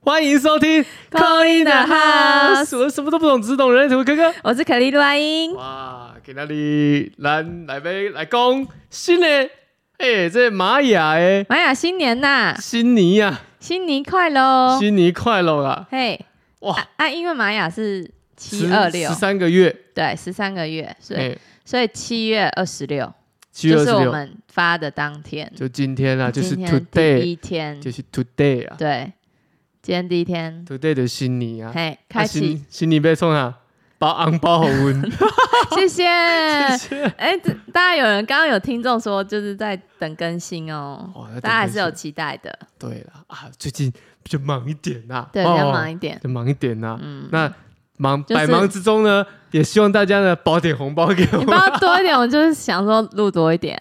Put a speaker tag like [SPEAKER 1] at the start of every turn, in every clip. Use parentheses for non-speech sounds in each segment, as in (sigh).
[SPEAKER 1] 欢迎收听《
[SPEAKER 2] Call in the House
[SPEAKER 1] 我什么都不懂，只懂人类图哥哥。
[SPEAKER 2] 我是可丽露阿英，
[SPEAKER 1] 哇，今天里咱来杯来讲新的，哎、这玛雅的
[SPEAKER 2] 玛雅新年呐、
[SPEAKER 1] 新年呀、
[SPEAKER 2] 新年快乐！
[SPEAKER 1] 新年快乐啊！
[SPEAKER 2] 嘿，
[SPEAKER 1] 哇，
[SPEAKER 2] 哦啊啊，因为玛雅是七二六
[SPEAKER 1] 十，三个月，
[SPEAKER 2] 对，十三个月，所以、
[SPEAKER 1] 哎，
[SPEAKER 2] 所以七月二十六
[SPEAKER 1] 七月
[SPEAKER 2] 就
[SPEAKER 1] 二
[SPEAKER 2] 是
[SPEAKER 1] 十
[SPEAKER 2] 我
[SPEAKER 1] 六，
[SPEAKER 2] 们发的当天，
[SPEAKER 1] 就今天啊，就是
[SPEAKER 2] 今天第
[SPEAKER 1] today，
[SPEAKER 2] 一天，
[SPEAKER 1] 就是 today 啊
[SPEAKER 2] 对，今天第一天，
[SPEAKER 1] ，today 的新年啊，
[SPEAKER 2] 嘿，
[SPEAKER 1] 啊
[SPEAKER 2] 开启，
[SPEAKER 1] 新新年被送啊，包红包好
[SPEAKER 2] (laughs)
[SPEAKER 1] 运，
[SPEAKER 2] 谢谢。
[SPEAKER 1] (laughs) 谢谢。
[SPEAKER 2] 哎，这大家有人刚刚有听众说，就是在等更新哦，
[SPEAKER 1] 哦在等
[SPEAKER 2] 大家还是有
[SPEAKER 1] 更
[SPEAKER 2] 期待的，
[SPEAKER 1] 对了啊，最近比较忙一点呐、啊，
[SPEAKER 2] 对，比较忙一点，
[SPEAKER 1] 就忙一点呐、
[SPEAKER 2] 嗯。
[SPEAKER 1] 那忙、
[SPEAKER 2] 就是
[SPEAKER 1] 百忙之中呢，也希望大家呢包点红包给我
[SPEAKER 2] 你
[SPEAKER 1] 们，
[SPEAKER 2] (laughs) 包多一点，我就是想说录多一点，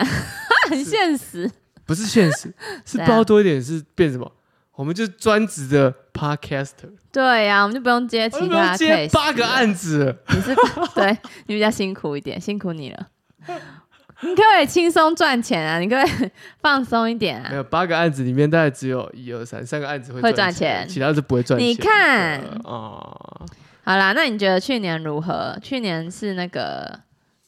[SPEAKER 2] 很现实。
[SPEAKER 1] 不是现实，
[SPEAKER 2] (laughs)
[SPEAKER 1] 是
[SPEAKER 2] 对啊
[SPEAKER 1] 包多一点是变什么？我们就专职的 podcaster，
[SPEAKER 2] 对呀、我们就不用接
[SPEAKER 1] 我们
[SPEAKER 2] 其
[SPEAKER 1] 都
[SPEAKER 2] 他 case
[SPEAKER 1] 接
[SPEAKER 2] 了
[SPEAKER 1] 八个，案子了，
[SPEAKER 2] 你是对，你比较辛苦一点，辛苦你了。你可不可以轻松赚钱啊？你可不可以放松一点
[SPEAKER 1] 没
[SPEAKER 2] 啊？
[SPEAKER 1] 有八个案子里面大概只有一二三三个案子会
[SPEAKER 2] 会
[SPEAKER 1] 赚
[SPEAKER 2] 赚钱
[SPEAKER 1] 其他是不会赚钱的。
[SPEAKER 2] 你看
[SPEAKER 1] 啊，
[SPEAKER 2] 好啦，那你觉得去年如何？去年是那个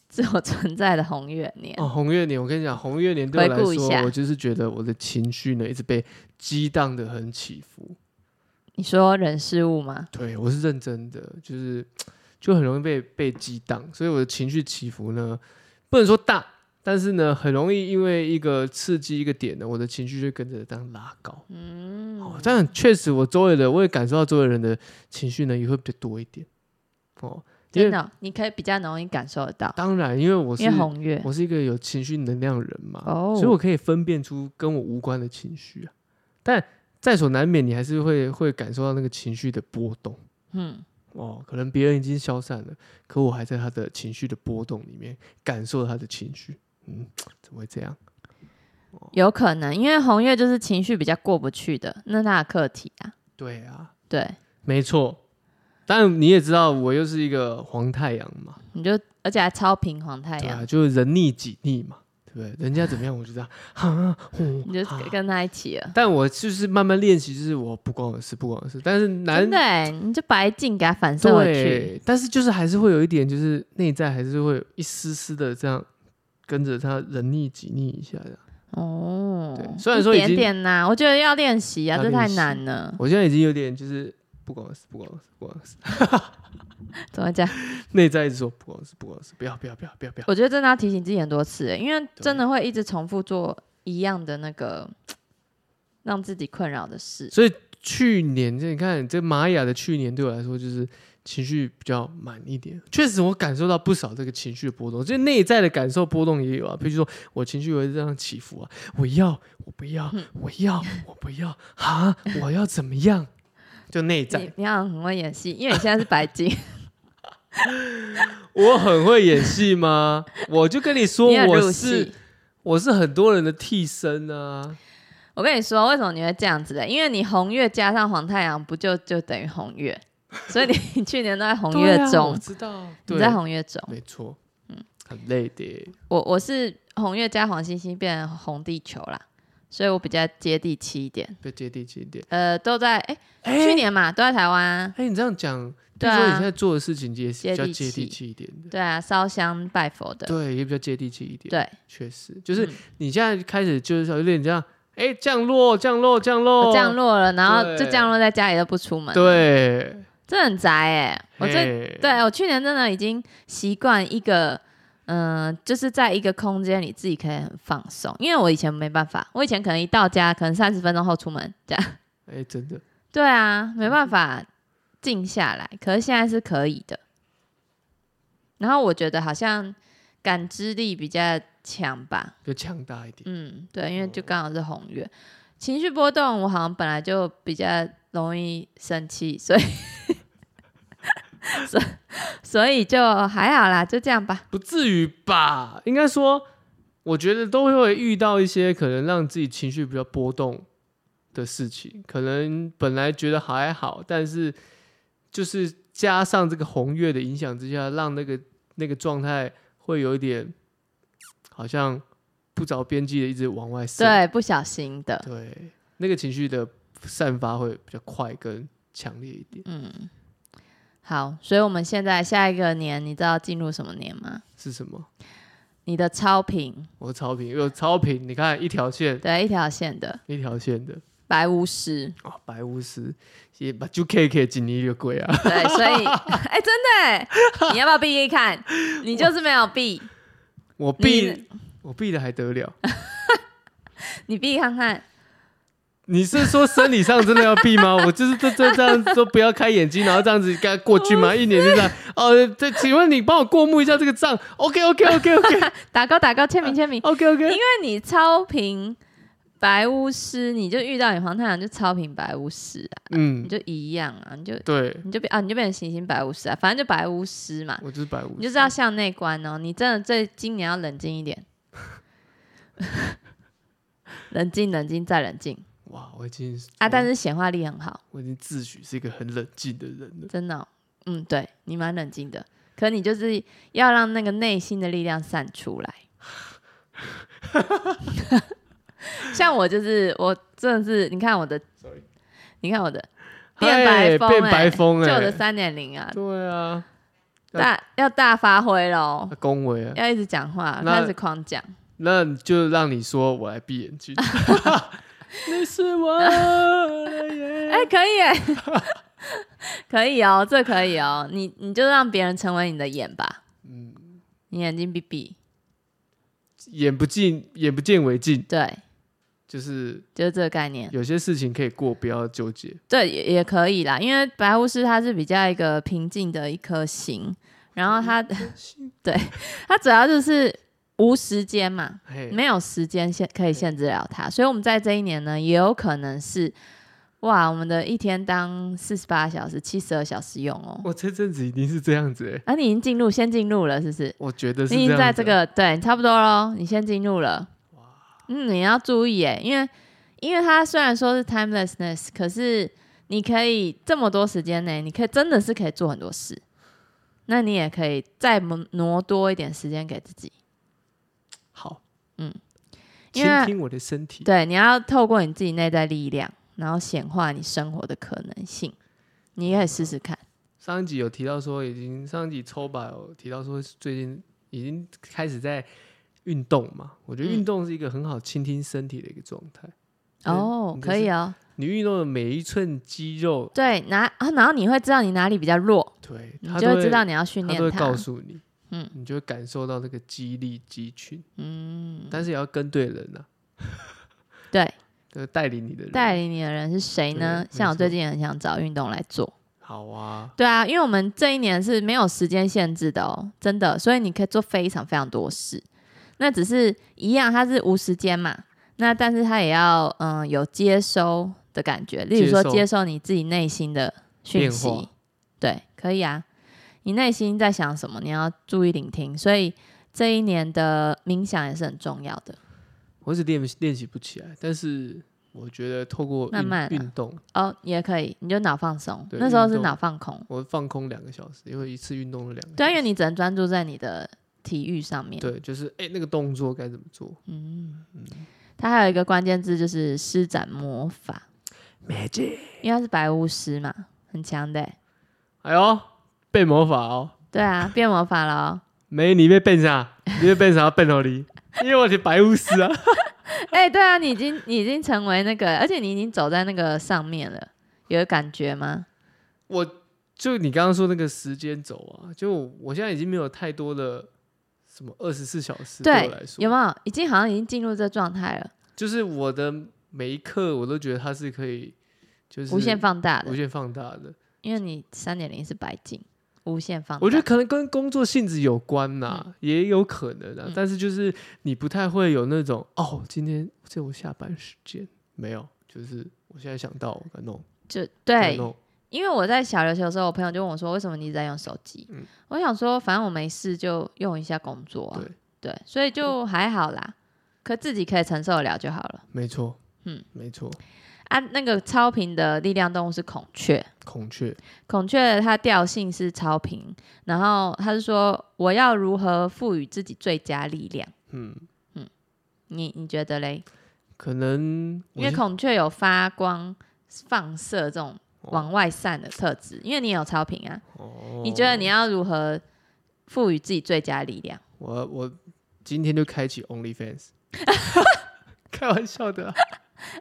[SPEAKER 2] 自我存在的红月年，
[SPEAKER 1] 哦，红月年，我跟你讲，红月年对我来
[SPEAKER 2] 回顾一下
[SPEAKER 1] 说，我就是觉得我的情绪呢一直被激荡的很起伏。
[SPEAKER 2] 你说人事物吗？
[SPEAKER 1] 对我是认真的，就是就很容易被被激荡，所以我的情绪起伏呢，不能说大，但是呢，很容易因为一个刺激一个点呢，我的情绪就跟着这样拉高。
[SPEAKER 2] 嗯，
[SPEAKER 1] 哦，但确实我周围的我也感受到周围人的情绪呢也会比较多一点。哦，因
[SPEAKER 2] 真
[SPEAKER 1] 为
[SPEAKER 2] 的哦，你可以比较容易感受得到，
[SPEAKER 1] 当然，因为我是
[SPEAKER 2] 因为红月
[SPEAKER 1] 我是一个有情绪能量的人嘛，
[SPEAKER 2] 哦
[SPEAKER 1] 所以我可以分辨出跟我无关的情绪啊，但在所难免，你还是会会感受到那个情绪的波动。
[SPEAKER 2] 嗯，
[SPEAKER 1] 哦，可能别人已经消散了，可我还在他的情绪的波动里面感受他的情绪。嗯，怎么会这样？
[SPEAKER 2] 有可能，因为红月就是情绪比较过不去的，那他的课题啊，
[SPEAKER 1] 对啊，
[SPEAKER 2] 对，
[SPEAKER 1] 没错。但你也知道，我又是一个黄太阳嘛，
[SPEAKER 2] 你就而且还超频黄太
[SPEAKER 1] 对
[SPEAKER 2] 阳
[SPEAKER 1] 啊，，就是人逆己逆嘛，对不对？人家怎么样，我就
[SPEAKER 2] (laughs)
[SPEAKER 1] 这样。哈，哦
[SPEAKER 2] 你就
[SPEAKER 1] 哈
[SPEAKER 2] 跟他一起了。
[SPEAKER 1] 但我就是慢慢练习，就是我不关我的事，不关我的事。但是难
[SPEAKER 2] 真的欸，你就白净给他反射回去。
[SPEAKER 1] 对，但是就是还是会有一点，就是内在还是会有一丝丝的这样跟着他人逆己逆一下这样。
[SPEAKER 2] 哦
[SPEAKER 1] 对，虽然说已
[SPEAKER 2] 一
[SPEAKER 1] 经
[SPEAKER 2] 点点呐、我觉得要练习啊，
[SPEAKER 1] 要
[SPEAKER 2] 这
[SPEAKER 1] 练
[SPEAKER 2] 太
[SPEAKER 1] 习
[SPEAKER 2] 难了。
[SPEAKER 1] 我现在已经有点就是不管事，不管事，不管事，
[SPEAKER 2] 怎么讲？
[SPEAKER 1] 内在一直说不管事，不管事，不要不要不要不要不要。
[SPEAKER 2] 我觉得真的要提醒自己很多次欸、因为
[SPEAKER 1] 对
[SPEAKER 2] 真的会一直重复做一样的那个让自己困扰的事。
[SPEAKER 1] 所以去年这你看这玛雅的去年对我来说就是情绪比较满一点，确实我感受到不少这个情绪的波动，就是内在的感受波动也有啊，比如说我情绪会这样起伏啊，我要我不要
[SPEAKER 2] 嗯
[SPEAKER 1] 我要我不要啊，我要怎么样？就内在
[SPEAKER 2] 你，你好像很会演戏，因为你现在是白净，
[SPEAKER 1] 我很会演戏吗？我就跟你说，
[SPEAKER 2] 你很入
[SPEAKER 1] 我是
[SPEAKER 2] 戏。
[SPEAKER 1] 我是很多人的替身啊。
[SPEAKER 2] 我跟你说，为什么你会这样子的？因为你红月加上黄太阳，不就就等于红
[SPEAKER 1] (laughs)
[SPEAKER 2] 月？所以你你去年都在红
[SPEAKER 1] 对
[SPEAKER 2] 月
[SPEAKER 1] 啊
[SPEAKER 2] 中，
[SPEAKER 1] 我知道，
[SPEAKER 2] 你
[SPEAKER 1] 对，
[SPEAKER 2] 在红月中。
[SPEAKER 1] 没错，嗯，很累的，
[SPEAKER 2] 我我是红月加黄星星变成红地球啦，所以我比较接地气一点。
[SPEAKER 1] 比较接地气一点。
[SPEAKER 2] 呃，都在哎、
[SPEAKER 1] 哎
[SPEAKER 2] 去年嘛都在台湾啊、
[SPEAKER 1] 哎，你这样讲，就
[SPEAKER 2] 对
[SPEAKER 1] 是
[SPEAKER 2] 啊
[SPEAKER 1] 说你现在做的事情也是比较接
[SPEAKER 2] 接地气
[SPEAKER 1] 地气一点的，
[SPEAKER 2] 对啊，烧香拜佛的，
[SPEAKER 1] 对，也比较接地气一点，，
[SPEAKER 2] 对，
[SPEAKER 1] 确实，就是
[SPEAKER 2] 嗯
[SPEAKER 1] 你现在开始就是有点这样，哎，降落，降落，降落，
[SPEAKER 2] 我哦降，落了，然后就
[SPEAKER 1] 对
[SPEAKER 2] 降落在家里都不出门，
[SPEAKER 1] 对，
[SPEAKER 2] 这很宅哎、我这
[SPEAKER 1] 嘿，
[SPEAKER 2] 对我去年真的已经习惯一个。嗯、就是在一个空间里自己可以很放松，因为我以前没办法，我以前可能一到家，可能三十分钟后出门这样。 (laughs)
[SPEAKER 1] 哎，真的，
[SPEAKER 2] 对啊，没办法静下来，可是现在是可以的。然后我觉得好像感知力比较强吧，
[SPEAKER 1] 就强大一点，
[SPEAKER 2] 嗯，对，因为就
[SPEAKER 1] 哦
[SPEAKER 2] 刚好是红月，情绪波动，我好像本来就比较容易生气，所以所所以就还好啦，就这样吧。
[SPEAKER 1] 不至于吧？应该说，我觉得都会遇到一些可能让自己情绪比较波动的事情，可能本来觉得还好，但是就是加上这个红月的影响之下，让那个那个状态会有一点好像不着边际的一直往外射。
[SPEAKER 2] 对，不小心的，
[SPEAKER 1] 对，那个情绪的散发会比较快跟强烈一点。
[SPEAKER 2] 嗯，好，所以我们现在下一个年，你知道进入什么年吗？
[SPEAKER 1] 是什么？
[SPEAKER 2] 你的超频，
[SPEAKER 1] 我超频有超频，你看一条线
[SPEAKER 2] 对，一条线的
[SPEAKER 1] 一条线的
[SPEAKER 2] 白巫师，
[SPEAKER 1] 啊、哦白巫师也把就 K K 紧你一个鬼啊！
[SPEAKER 2] 对，所以哎、真的哎，你要不要避一看？你就是没有避，
[SPEAKER 1] 我
[SPEAKER 2] 你
[SPEAKER 1] 避我避的还得了？
[SPEAKER 2] 你避看看，
[SPEAKER 1] 你是说生理上真的要避吗？我就是这这这样说不要开眼睛，然后这样子跟他过去吗？一年就这样哦。这请问你帮我过目一下这个账？OK OK OK OK
[SPEAKER 2] (laughs) 打勾打勾，签名签名。
[SPEAKER 1] OK
[SPEAKER 2] 因
[SPEAKER 1] OK
[SPEAKER 2] 为你超频白巫师，你就遇到你黄太阳就超频白巫师啊，你
[SPEAKER 1] 嗯，
[SPEAKER 2] 就一样啊，你就
[SPEAKER 1] 对，
[SPEAKER 2] 你就变啊，你就变成行星白巫师啊，反正就白巫师嘛，
[SPEAKER 1] 我就是白巫
[SPEAKER 2] 你
[SPEAKER 1] 师
[SPEAKER 2] 就。是要向内观哦。你真的这今年要冷静一点， (laughs) 冷静冷静再冷静
[SPEAKER 1] 哇，我已经
[SPEAKER 2] 啊！但是显化力很好，
[SPEAKER 1] 我已经自诩是一个很冷静的人了。
[SPEAKER 2] 真的哦、嗯，对你蛮冷静的，可你就是要让那个内心的力量散出来。 (laughs) 像我就是我真的是，你看我的
[SPEAKER 1] Sorry，
[SPEAKER 2] 你看我的变白
[SPEAKER 1] 嗨
[SPEAKER 2] 风、
[SPEAKER 1] 变白风
[SPEAKER 2] 就我
[SPEAKER 1] 哎
[SPEAKER 2] 的，三点零啊，
[SPEAKER 1] 对啊，要
[SPEAKER 2] 大要大发挥喽
[SPEAKER 1] 他，恭维啊，
[SPEAKER 2] 要一直讲话，
[SPEAKER 1] 那
[SPEAKER 2] 开始狂讲。
[SPEAKER 1] 那你就让你说我来闭
[SPEAKER 2] (laughs)
[SPEAKER 1] 眼睛。你是我的眼，
[SPEAKER 2] 哎、可以哎， (laughs) 可以哦，这可以哦，你你就让别人成为你的眼吧，
[SPEAKER 1] 嗯，
[SPEAKER 2] 你眼睛闭闭，
[SPEAKER 1] 眼不见眼不见为净，
[SPEAKER 2] 对，
[SPEAKER 1] 就是
[SPEAKER 2] 就是这个概念，
[SPEAKER 1] 有些事情可以过，不要纠结。
[SPEAKER 2] 对，也也可以啦，因为白巫师它是比较一个平静的一颗星，然后它 (laughs) 它主要就是无时间嘛，
[SPEAKER 1] 嘿，
[SPEAKER 2] 没有时间限可以限制了它，所以我们在这一年呢，也有可能是哇，我们的一天当四十八小时、七十二小时用哦。
[SPEAKER 1] 我这阵子一定是这样子哎，
[SPEAKER 2] 啊，你已经进入，先进入了，是不是？
[SPEAKER 1] 我觉得是
[SPEAKER 2] 你已
[SPEAKER 1] 样
[SPEAKER 2] 经
[SPEAKER 1] 子啊
[SPEAKER 2] 在这个对，差不多喽，你先进入了。嗯，你要注意哎，因为因为它虽然说是 timelessness，可是你可以这么多时间内，你可以真的是可以做很多事。那你也可以再挪挪多一点时间给自己，
[SPEAKER 1] 好，
[SPEAKER 2] 嗯，
[SPEAKER 1] 倾
[SPEAKER 2] 因为
[SPEAKER 1] 听我的身体。
[SPEAKER 2] 对，你要透过你自己内在力量，然后显化你生活的可能性。你也可以试试看，
[SPEAKER 1] 上一集有提到说，已经上一集抽吧有提到说，最近已经开始在运动嘛。我觉得运
[SPEAKER 2] 嗯
[SPEAKER 1] 动是一个很好倾听身体的一个状态。对
[SPEAKER 2] 哦
[SPEAKER 1] 你，就
[SPEAKER 2] 可以
[SPEAKER 1] 是
[SPEAKER 2] 哦，
[SPEAKER 1] 你运动的每一寸肌肉，
[SPEAKER 2] 对，哪啊，然后你会知道你哪里比较弱，
[SPEAKER 1] 对，
[SPEAKER 2] 你
[SPEAKER 1] 它
[SPEAKER 2] 就
[SPEAKER 1] 都
[SPEAKER 2] 会知道你要训
[SPEAKER 1] 它
[SPEAKER 2] 练
[SPEAKER 1] 都会
[SPEAKER 2] 它。
[SPEAKER 1] 告诉你，
[SPEAKER 2] 嗯
[SPEAKER 1] 你就会感受到那个肌力肌群，
[SPEAKER 2] 嗯，
[SPEAKER 1] 但是也要跟对人呐、
[SPEAKER 2] 对，
[SPEAKER 1] 就是带领你的人。
[SPEAKER 2] 带领你的人是谁呢？
[SPEAKER 1] 对
[SPEAKER 2] 像我
[SPEAKER 1] 没错
[SPEAKER 2] 最近也很想找运动来做。
[SPEAKER 1] 好啊，
[SPEAKER 2] 对啊，因为我们这一年是没有时间限制的哦，真的，所以你可以做非常非常多事。那只是一样，它是无时间嘛，那但是它也要嗯有接收的感觉，例如说
[SPEAKER 1] 接收
[SPEAKER 2] 接收你自己内心的讯
[SPEAKER 1] 变
[SPEAKER 2] 息
[SPEAKER 1] 化，
[SPEAKER 2] 对，可以啊。你内心在想什么，你要注意聆听，所以这一年的冥想也是很重要的。
[SPEAKER 1] 我是练练习不起来，但是我觉得透过运
[SPEAKER 2] 慢慢啊
[SPEAKER 1] 运动，
[SPEAKER 2] 哦，也可以，你就脑放松，
[SPEAKER 1] 对
[SPEAKER 2] 那时候
[SPEAKER 1] 运
[SPEAKER 2] 是
[SPEAKER 1] 动
[SPEAKER 2] 脑放空，
[SPEAKER 1] 我放空两个小时，因为一次运动了两个小时。
[SPEAKER 2] 对啊，因为你只能专注在你的体育上面。
[SPEAKER 1] 对，就是哎、那个动作该怎么做
[SPEAKER 2] 嗯，它还有一个关键字就是施展魔法，
[SPEAKER 1] ？Magic，
[SPEAKER 2] 因为它是白巫师嘛，很强的欸、
[SPEAKER 1] 哎呦，变魔法哦，
[SPEAKER 2] 对啊，变魔法了。
[SPEAKER 1] 没你被变啥？你被变啥？变到你，因为我是白巫师啊。
[SPEAKER 2] 哎、对啊，你已经你已经成为那个，而且你已经走在那个上面了，有感觉吗？
[SPEAKER 1] 我就你刚刚说那个时间轴啊，就我现在已经没有太多的什么二十四小时对我
[SPEAKER 2] 对
[SPEAKER 1] 来，说，
[SPEAKER 2] 有没有？已经好像已经进入这状态了，
[SPEAKER 1] 就是我的每一刻，我都觉得它是可以，就是
[SPEAKER 2] 无限放大的
[SPEAKER 1] 无，限放大的。
[SPEAKER 2] 因为你三点零是白金，无限放大。
[SPEAKER 1] 我觉得可能跟工作性质有关呐、也有可能啊。
[SPEAKER 2] 嗯
[SPEAKER 1] 但是就是你不太会有那种哦，今天这我下班时间没有，就是我现在想到我该弄，
[SPEAKER 2] 就
[SPEAKER 1] 该
[SPEAKER 2] 对，
[SPEAKER 1] 弄，
[SPEAKER 2] 因为我在小琉球的时候，我朋友就问我说：“为什么你一直在用手机？”
[SPEAKER 1] 嗯
[SPEAKER 2] 我想说，反正我没事就用一下工作啊，对，所以就还好啦，可自己可以承受得了就好了
[SPEAKER 1] 没错，
[SPEAKER 2] 嗯，
[SPEAKER 1] 没错，
[SPEAKER 2] 啊。那个超频的力量动物是孔雀，
[SPEAKER 1] 孔雀
[SPEAKER 2] 孔雀它调性是超频，然后它是说我要如何赋予自己最佳力量？
[SPEAKER 1] 嗯
[SPEAKER 2] 你你觉得嘞？
[SPEAKER 1] 可能我
[SPEAKER 2] 因为
[SPEAKER 1] 是
[SPEAKER 2] 孔雀有发光、放射这种
[SPEAKER 1] 哦
[SPEAKER 2] 往外散的特质，因为你有超频啊，
[SPEAKER 1] 哦
[SPEAKER 2] 你觉得你要如何赋予自己最佳力量？
[SPEAKER 1] 我我今天就开启
[SPEAKER 2] (laughs)
[SPEAKER 1] OnlyFans，开玩笑的啊、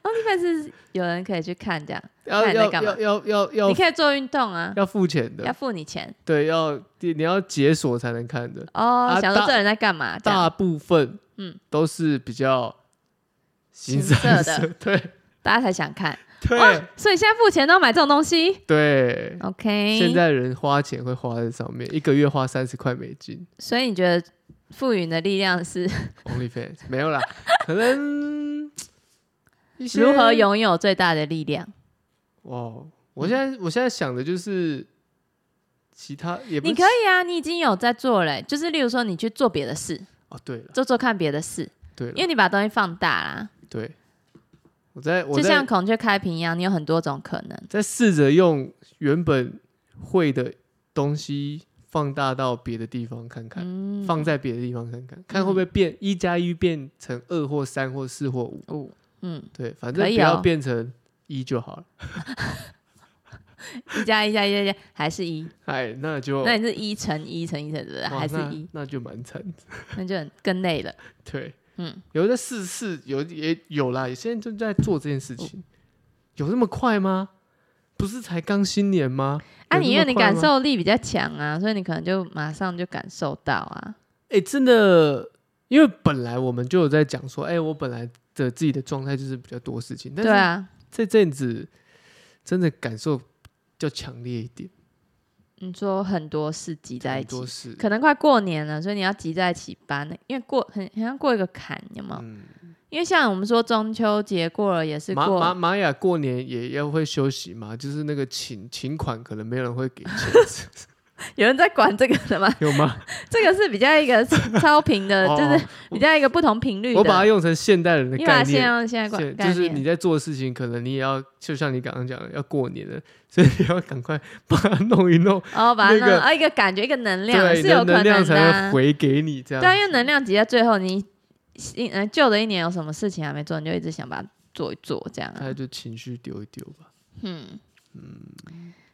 [SPEAKER 2] 哦，你本是有人可以去看这样，
[SPEAKER 1] 要
[SPEAKER 2] 那你在
[SPEAKER 1] 要
[SPEAKER 2] 干嘛
[SPEAKER 1] 要要要
[SPEAKER 2] 你
[SPEAKER 1] 要
[SPEAKER 2] 可以做运动啊，
[SPEAKER 1] 要付钱
[SPEAKER 2] 要
[SPEAKER 1] 的，
[SPEAKER 2] 付你钱
[SPEAKER 1] 对，要你你要解锁才能看的。
[SPEAKER 2] 哦。
[SPEAKER 1] 啊
[SPEAKER 2] 想说
[SPEAKER 1] 大
[SPEAKER 2] 这人在干嘛？这样
[SPEAKER 1] 大部分
[SPEAKER 2] 嗯
[SPEAKER 1] 都是比较
[SPEAKER 2] 情
[SPEAKER 1] 形
[SPEAKER 2] 色
[SPEAKER 1] 色 (laughs)
[SPEAKER 2] 的，哦
[SPEAKER 1] 对
[SPEAKER 2] 大家才想看，
[SPEAKER 1] 对
[SPEAKER 2] 所以现在付钱都要买这种东西。
[SPEAKER 1] 对。
[SPEAKER 2] OK，
[SPEAKER 1] 现在人花钱会花在上面，一个月花三十块美金
[SPEAKER 2] 所以你觉得赋予你的力量是
[SPEAKER 1] ，OnlyFans 没有啦，可能一些
[SPEAKER 2] 如何拥有最大的力量？
[SPEAKER 1] 哦，
[SPEAKER 2] 嗯
[SPEAKER 1] 我现在我现在想的就是其他也不
[SPEAKER 2] 你可以啊，你已经有在做了欸、就是例如说你去做别的事，
[SPEAKER 1] 哦，对了
[SPEAKER 2] 做做看别的事，
[SPEAKER 1] 对了
[SPEAKER 2] 因为你把东西放大啦，
[SPEAKER 1] 对，我在我
[SPEAKER 2] 就像
[SPEAKER 1] 在
[SPEAKER 2] 孔雀开屏一样，你有很多种可能。
[SPEAKER 1] 在试着用原本会的东西放大到别的地方看看，
[SPEAKER 2] 嗯，
[SPEAKER 1] 放在别的地方看看，看会不会变一加一变成二或三或四或五，
[SPEAKER 2] 五，嗯，
[SPEAKER 1] 对，反
[SPEAKER 2] 可
[SPEAKER 1] 正
[SPEAKER 2] 以
[SPEAKER 1] 不要
[SPEAKER 2] 哦
[SPEAKER 1] 变成一就好了。
[SPEAKER 2] 一加一加一加一还是一，
[SPEAKER 1] 哎，那就
[SPEAKER 2] 那你是一乘一乘一乘，对不对？
[SPEAKER 1] 哇
[SPEAKER 2] 还是
[SPEAKER 1] 那
[SPEAKER 2] 一，
[SPEAKER 1] 那就蛮惨的。
[SPEAKER 2] 那就很更累了。
[SPEAKER 1] 对，
[SPEAKER 2] 嗯，
[SPEAKER 1] 有在试试，有也有啦，现在就在做这件事
[SPEAKER 2] 哦
[SPEAKER 1] 情，有那么快吗？不是才刚新年吗？
[SPEAKER 2] 啊，
[SPEAKER 1] 有
[SPEAKER 2] 你
[SPEAKER 1] 那
[SPEAKER 2] 因
[SPEAKER 1] 么
[SPEAKER 2] 为你
[SPEAKER 1] 快
[SPEAKER 2] 感
[SPEAKER 1] 吗，
[SPEAKER 2] 受力比较强啊，所以你可能就马上就感受到啊。
[SPEAKER 1] 哎、真的，因为本来我们就有在讲说，哎、我本来的自己的状态就是比较多事情，但
[SPEAKER 2] 对
[SPEAKER 1] 是
[SPEAKER 2] 啊，
[SPEAKER 1] 这阵子真的感受较强烈一点，
[SPEAKER 2] 你说很多事集在一
[SPEAKER 1] 很
[SPEAKER 2] 起
[SPEAKER 1] 多，事，
[SPEAKER 2] 可能快过年了，所以你要集在一起把那，因为过很很像过一个坎，有没有？
[SPEAKER 1] 嗯，
[SPEAKER 2] 因为像我们说中秋节过了也是
[SPEAKER 1] 玛
[SPEAKER 2] 过，
[SPEAKER 1] 玛玛雅过年也要会休息嘛，就是那个请请款可能没有人会给钱，
[SPEAKER 2] (laughs) 有人在管这个的吗？
[SPEAKER 1] 有吗？
[SPEAKER 2] 这个是比
[SPEAKER 1] (laughs)
[SPEAKER 2] 较一个超频的，
[SPEAKER 1] 哦
[SPEAKER 2] 呃就是比较一个不同频率
[SPEAKER 1] 我把它
[SPEAKER 2] 的。
[SPEAKER 1] 用成现代人的
[SPEAKER 2] 你把
[SPEAKER 1] 概
[SPEAKER 2] 它现
[SPEAKER 1] 念，
[SPEAKER 2] 在现在管
[SPEAKER 1] 是，
[SPEAKER 2] 概
[SPEAKER 1] 就是
[SPEAKER 2] 念
[SPEAKER 1] 你在做的事情，可能你也要，就像你刚刚讲的，要过年了，所以你要赶快把它弄一弄，
[SPEAKER 2] 哦，把它
[SPEAKER 1] 那
[SPEAKER 2] 弄
[SPEAKER 1] 个
[SPEAKER 2] 啊一个感觉一个能 (laughs) 量
[SPEAKER 1] 对，
[SPEAKER 2] 是有
[SPEAKER 1] 能
[SPEAKER 2] 可
[SPEAKER 1] 能量
[SPEAKER 2] 能
[SPEAKER 1] 才
[SPEAKER 2] 的啊
[SPEAKER 1] 会，回给你这样。
[SPEAKER 2] 对啊，因为能量集在最后，你新呃旧的一年有什么事情还没做，你就一直想把它做一做这样啊。
[SPEAKER 1] 大家就情绪丢一丢吧。
[SPEAKER 2] 嗯，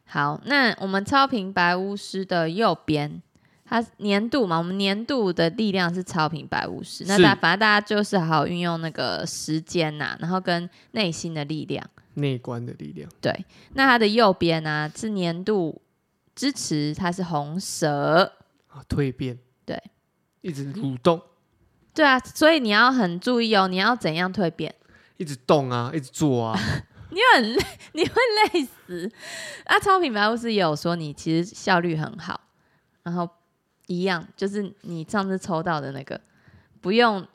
[SPEAKER 2] 好，那我们超频白巫师的右边，它年度嘛，我们年度的力量是超频白巫师。那
[SPEAKER 1] 是
[SPEAKER 2] 大反正大家就是好好运用那个时间呐、然后跟内心的力量。
[SPEAKER 1] 内观的力量，
[SPEAKER 2] 对，那它的右边呢、是年度支持，它是红蛇。
[SPEAKER 1] 啊，蜕变，
[SPEAKER 2] 对，
[SPEAKER 1] 一直蠕动，
[SPEAKER 2] 对啊，所以你要很注意哦，你要怎样蜕变？
[SPEAKER 1] 一直动啊，一直做
[SPEAKER 2] (laughs)
[SPEAKER 1] 啊，
[SPEAKER 2] 你很累，你会累死。啊，超品白巫师也有说你其实效率很好，然后一样就是你上次抽到的那个，不用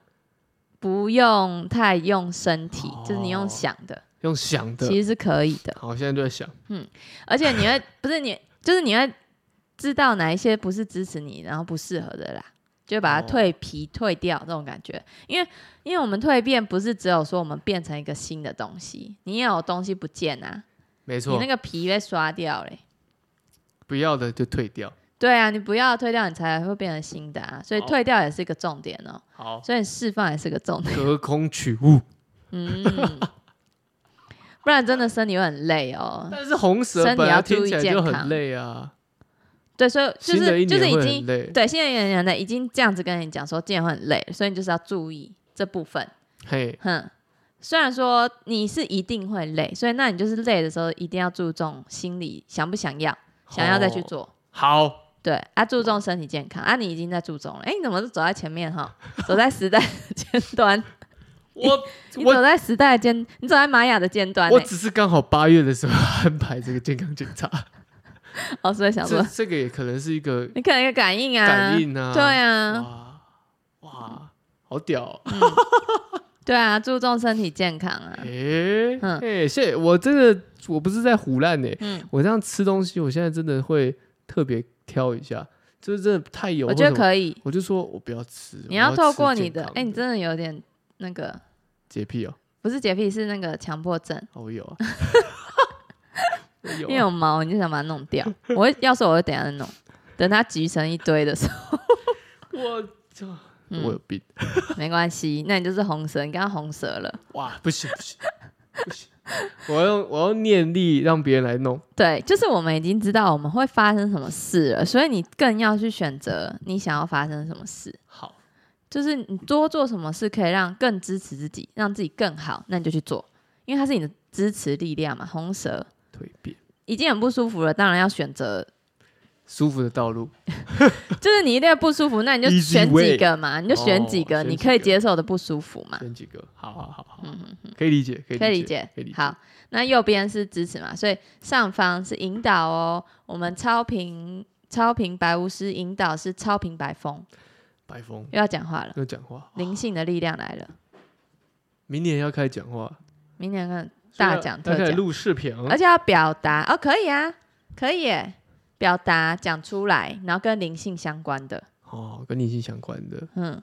[SPEAKER 2] 不用太用身体，
[SPEAKER 1] 哦
[SPEAKER 2] 就是你用想的，
[SPEAKER 1] 用想的。
[SPEAKER 2] 其实是可以的。
[SPEAKER 1] 好，我现在就在想，
[SPEAKER 2] 而且你会不是你，就是你会知道哪一些不是支持你，然后不适合的啦。就把它
[SPEAKER 1] 哦
[SPEAKER 2] 蜕皮、蜕掉这种感觉，因为因为我们蜕变不是只有说我们变成一个新的东西，你也有东西不见啊，
[SPEAKER 1] 没
[SPEAKER 2] 你
[SPEAKER 1] 错
[SPEAKER 2] 那，个皮被刷掉嘞。
[SPEAKER 1] 不要的就退掉。
[SPEAKER 2] 对啊，你不要退掉，你才会变成新的啊。所以
[SPEAKER 1] 好
[SPEAKER 2] 退掉也是一个重点哦、 (laughs)
[SPEAKER 1] 好，
[SPEAKER 2] 所以释放也是
[SPEAKER 1] (laughs)
[SPEAKER 2] 个重点。
[SPEAKER 1] 隔空取物。
[SPEAKER 2] 嗯，不然真的身体会很累哦、
[SPEAKER 1] 但是红蛇
[SPEAKER 2] 身体
[SPEAKER 1] 本
[SPEAKER 2] 要
[SPEAKER 1] 来
[SPEAKER 2] 注
[SPEAKER 1] 听
[SPEAKER 2] 意
[SPEAKER 1] 起来
[SPEAKER 2] 健
[SPEAKER 1] 就
[SPEAKER 2] 康
[SPEAKER 1] 很累啊，
[SPEAKER 2] 对，所以就
[SPEAKER 1] 新的一
[SPEAKER 2] 是就
[SPEAKER 1] 年
[SPEAKER 2] 是已
[SPEAKER 1] 会
[SPEAKER 2] 经
[SPEAKER 1] 很累。
[SPEAKER 2] 对现在演员的已经这样子跟你讲说，健会很累，所以你就是要注意这部分。
[SPEAKER 1] 嘿，
[SPEAKER 2] 哼，虽然说你是一定会累，所以那你就是累的时候一定要注重心理想不想要，想要再去
[SPEAKER 1] 哦
[SPEAKER 2] 做。
[SPEAKER 1] 好。
[SPEAKER 2] 对啊，注重身体健康啊，你已经在注重了。哎，你怎么是走在前面哈？ (laughs) 走在时代的尖
[SPEAKER 1] (laughs)
[SPEAKER 2] 端，
[SPEAKER 1] 我
[SPEAKER 2] (laughs) 你
[SPEAKER 1] 我
[SPEAKER 2] 走在时代的尖，你走在玛雅的尖端欸
[SPEAKER 1] 我
[SPEAKER 2] 呢。
[SPEAKER 1] 只是刚好八月的时候安排这个健康检
[SPEAKER 2] (laughs)
[SPEAKER 1] 查，
[SPEAKER 2] 哦，所以想
[SPEAKER 1] 这
[SPEAKER 2] 说，
[SPEAKER 1] 这个也可能是一个
[SPEAKER 2] 你可能有感应啊，
[SPEAKER 1] 感应啊，
[SPEAKER 2] 对啊，
[SPEAKER 1] 哇哇，好屌哦！
[SPEAKER 2] 对啊，注重身体健
[SPEAKER 1] (laughs)
[SPEAKER 2] 康啊。
[SPEAKER 1] 诶
[SPEAKER 2] 嗯
[SPEAKER 1] 诶，谢我真的我不是在胡乱呢，
[SPEAKER 2] 嗯
[SPEAKER 1] 我这样吃东西，我现在真的会特别挑一下，就是真的太油，
[SPEAKER 2] 我觉得
[SPEAKER 1] 以，
[SPEAKER 2] 可以，
[SPEAKER 1] 我就说我不要吃，
[SPEAKER 2] 你
[SPEAKER 1] 我要
[SPEAKER 2] 要透过
[SPEAKER 1] 吃
[SPEAKER 2] 你
[SPEAKER 1] 健
[SPEAKER 2] 的，
[SPEAKER 1] 康
[SPEAKER 2] 哎，你真的有点那个，
[SPEAKER 1] 洁癖哦，
[SPEAKER 2] 不是洁癖，是那个强迫症，
[SPEAKER 1] 哦我有
[SPEAKER 2] (laughs)
[SPEAKER 1] 啊， (laughs) 我有
[SPEAKER 2] 因为
[SPEAKER 1] 啊，
[SPEAKER 2] 有毛，你就想把它弄掉。我会要是我会等一下再弄，等它集成一堆的时候，
[SPEAKER 1] 我就
[SPEAKER 2] 嗯
[SPEAKER 1] 我有病，
[SPEAKER 2] 没关系，那你就是红蛇，你刚刚红蛇了。
[SPEAKER 1] 哇，不行不行不行，我要我要念力让别人来弄。
[SPEAKER 2] 对，就是我们已经知道我们会发生什么事了，所以你更要去选择你想要发生什么事。
[SPEAKER 1] 好，
[SPEAKER 2] 就是你多做什么事可以让更支持自己，让自己更好，那你就去做，因为它是你的支持力量嘛。红蛇
[SPEAKER 1] 蜕变，
[SPEAKER 2] 已经很不舒服了，当然要选择， (laughs)
[SPEAKER 1] 舒服的道路。
[SPEAKER 2] 就是你一定不舒服，那你就
[SPEAKER 1] Easy
[SPEAKER 2] 选
[SPEAKER 1] way
[SPEAKER 2] 几个嘛，你就选几
[SPEAKER 1] 哦
[SPEAKER 2] 个
[SPEAKER 1] 选
[SPEAKER 2] 你
[SPEAKER 1] 几
[SPEAKER 2] 可以
[SPEAKER 1] 个
[SPEAKER 2] 接受的不舒服嘛。
[SPEAKER 1] 选几个，好好好好，
[SPEAKER 2] 嗯
[SPEAKER 1] 可以理解，可以
[SPEAKER 2] 可以
[SPEAKER 1] 解
[SPEAKER 2] 理解，
[SPEAKER 1] 可以理。
[SPEAKER 2] 好，那右边是支持嘛，所以上方是引导哦。我们超频超频白巫师引导是超频白风，
[SPEAKER 1] 白风
[SPEAKER 2] 又要讲话了，
[SPEAKER 1] 要讲话，
[SPEAKER 2] 灵性的力量来了，
[SPEAKER 1] 明年要开始讲话，
[SPEAKER 2] 明年看
[SPEAKER 1] 所以
[SPEAKER 2] 大
[SPEAKER 1] 要
[SPEAKER 2] 讲
[SPEAKER 1] 要
[SPEAKER 2] 特
[SPEAKER 1] 开始
[SPEAKER 2] 讲，
[SPEAKER 1] 录视频哦，
[SPEAKER 2] 而且要表达哦，可以啊，可以耶，表达讲出来，然后跟灵性相关的，
[SPEAKER 1] 哦，跟你息相关的，
[SPEAKER 2] 嗯，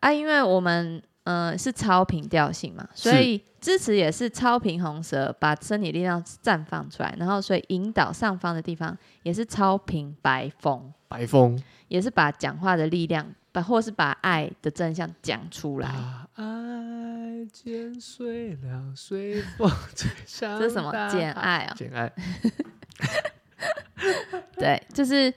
[SPEAKER 2] 啊，因为我们嗯、呃是超频调性嘛，所
[SPEAKER 1] 是
[SPEAKER 2] 以支持也是超频红蛇，把身体力量绽放出来，然后所以引导上方的地方也是超频白风，
[SPEAKER 1] 白风
[SPEAKER 2] 也是把讲话的力量，把或是把爱的真相讲出来。
[SPEAKER 1] 把爱剪碎了，随风吹向
[SPEAKER 2] 这是什么
[SPEAKER 1] 大海
[SPEAKER 2] 简爱啊
[SPEAKER 1] 简爱，
[SPEAKER 2] 对，就是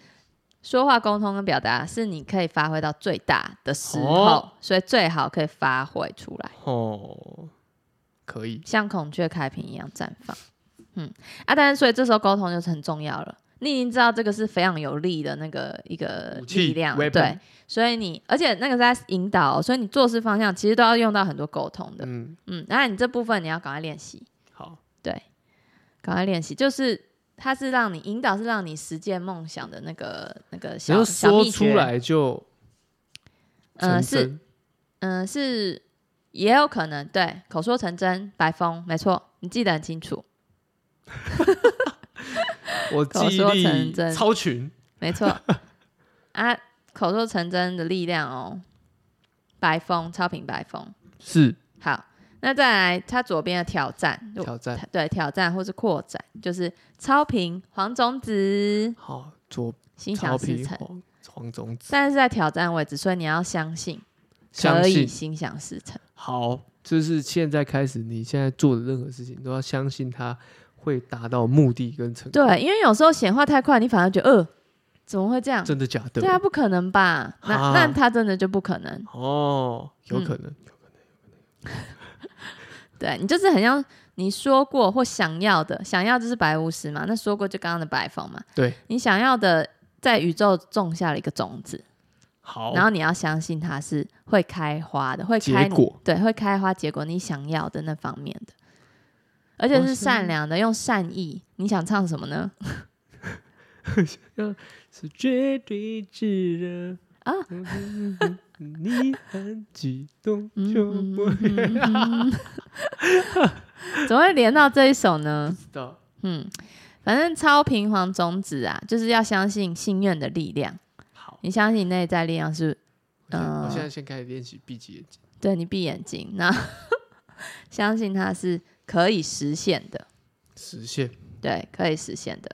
[SPEAKER 2] 说话沟通跟表达是你可以发挥到最大的时候，
[SPEAKER 1] 哦
[SPEAKER 2] 所以最好可以发挥出来。
[SPEAKER 1] 哦，可以，
[SPEAKER 2] 像孔雀开屏一样绽放。嗯啊，但是所以这时候沟通就是很重要了。你已经知道这个是非常有力的那个一个
[SPEAKER 1] 武器
[SPEAKER 2] 力量，
[SPEAKER 1] weapon
[SPEAKER 2] 对，所以你而且那个是在引导哦、所以你做事方向其实都要用到很多沟通的。
[SPEAKER 1] 嗯，
[SPEAKER 2] 嗯，然后你这部分你要赶快练习，
[SPEAKER 1] 好，
[SPEAKER 2] 赶快练习，就是它是让你引导，是让你实践梦想的那个那个
[SPEAKER 1] 然
[SPEAKER 2] 小
[SPEAKER 1] 后
[SPEAKER 2] 小
[SPEAKER 1] 说
[SPEAKER 2] 秘
[SPEAKER 1] 出
[SPEAKER 2] 诀。
[SPEAKER 1] 来就
[SPEAKER 2] 呃
[SPEAKER 1] 成
[SPEAKER 2] 是
[SPEAKER 1] 真，
[SPEAKER 2] 嗯、是也有可能对口说成真，白风没错，你记得很清楚， (laughs)
[SPEAKER 1] 我
[SPEAKER 2] 口
[SPEAKER 1] 记忆
[SPEAKER 2] 说成
[SPEAKER 1] 力
[SPEAKER 2] 真
[SPEAKER 1] 超群，
[SPEAKER 2] 没错 (laughs) 啊，口说成真的力量哦，白风超频白风。
[SPEAKER 1] 是
[SPEAKER 2] 好，那再来它左边的挑战，
[SPEAKER 1] 挑战，
[SPEAKER 2] 对挑战或是扩展，就是超频黄种子
[SPEAKER 1] 好，左
[SPEAKER 2] 心
[SPEAKER 1] 超
[SPEAKER 2] 想事
[SPEAKER 1] 皮
[SPEAKER 2] 成。
[SPEAKER 1] 黄黄种子，
[SPEAKER 2] 但是在挑战位置，所以你要相信
[SPEAKER 1] 相
[SPEAKER 2] 可以
[SPEAKER 1] 信
[SPEAKER 2] 心想事成。
[SPEAKER 1] 好，就是现在开始，你现在做的任何事情都要相信它会达到目的跟成功。
[SPEAKER 2] 对，啊因为有时候显化太快，你反而觉得呃，怎么会这样？
[SPEAKER 1] 真的假的？
[SPEAKER 2] 对啊，不可能吧？那、
[SPEAKER 1] 啊
[SPEAKER 2] 那他真的就不可能。
[SPEAKER 1] 哦，有
[SPEAKER 2] 嗯
[SPEAKER 1] 可能。
[SPEAKER 2] 对你就是很像你说过或想要的，想要就是白巫师嘛，那说过就刚刚的白风嘛，
[SPEAKER 1] 对，
[SPEAKER 2] 你想要的在宇宙种下了一个种子，
[SPEAKER 1] 好，
[SPEAKER 2] 然后你要相信它是会开花的，会
[SPEAKER 1] 结
[SPEAKER 2] 开你
[SPEAKER 1] 果
[SPEAKER 2] 对，会开花，结果你想要的那方面的，而且
[SPEAKER 1] 哦
[SPEAKER 2] 是
[SPEAKER 1] 是
[SPEAKER 2] 善良的，用善意。你想唱什么呢？
[SPEAKER 1] 是绝对炙热
[SPEAKER 2] 啊！
[SPEAKER 1] 你很激动，
[SPEAKER 2] 嗯
[SPEAKER 1] 就不
[SPEAKER 2] 嗯嗯嗯 (laughs) 嗯怎么会连到这一首呢？
[SPEAKER 1] 知道。
[SPEAKER 2] 嗯，反正超平黄种子啊，就是要相信信愿的力量。
[SPEAKER 1] 好，
[SPEAKER 2] 你相信内在力量是，
[SPEAKER 1] 我现在我
[SPEAKER 2] 嗯
[SPEAKER 1] 现在先开始练习闭起眼睛。
[SPEAKER 2] 对你闭眼睛，然后 (laughs) 相信它是可以实现的，
[SPEAKER 1] 实现
[SPEAKER 2] 对，可以实现的。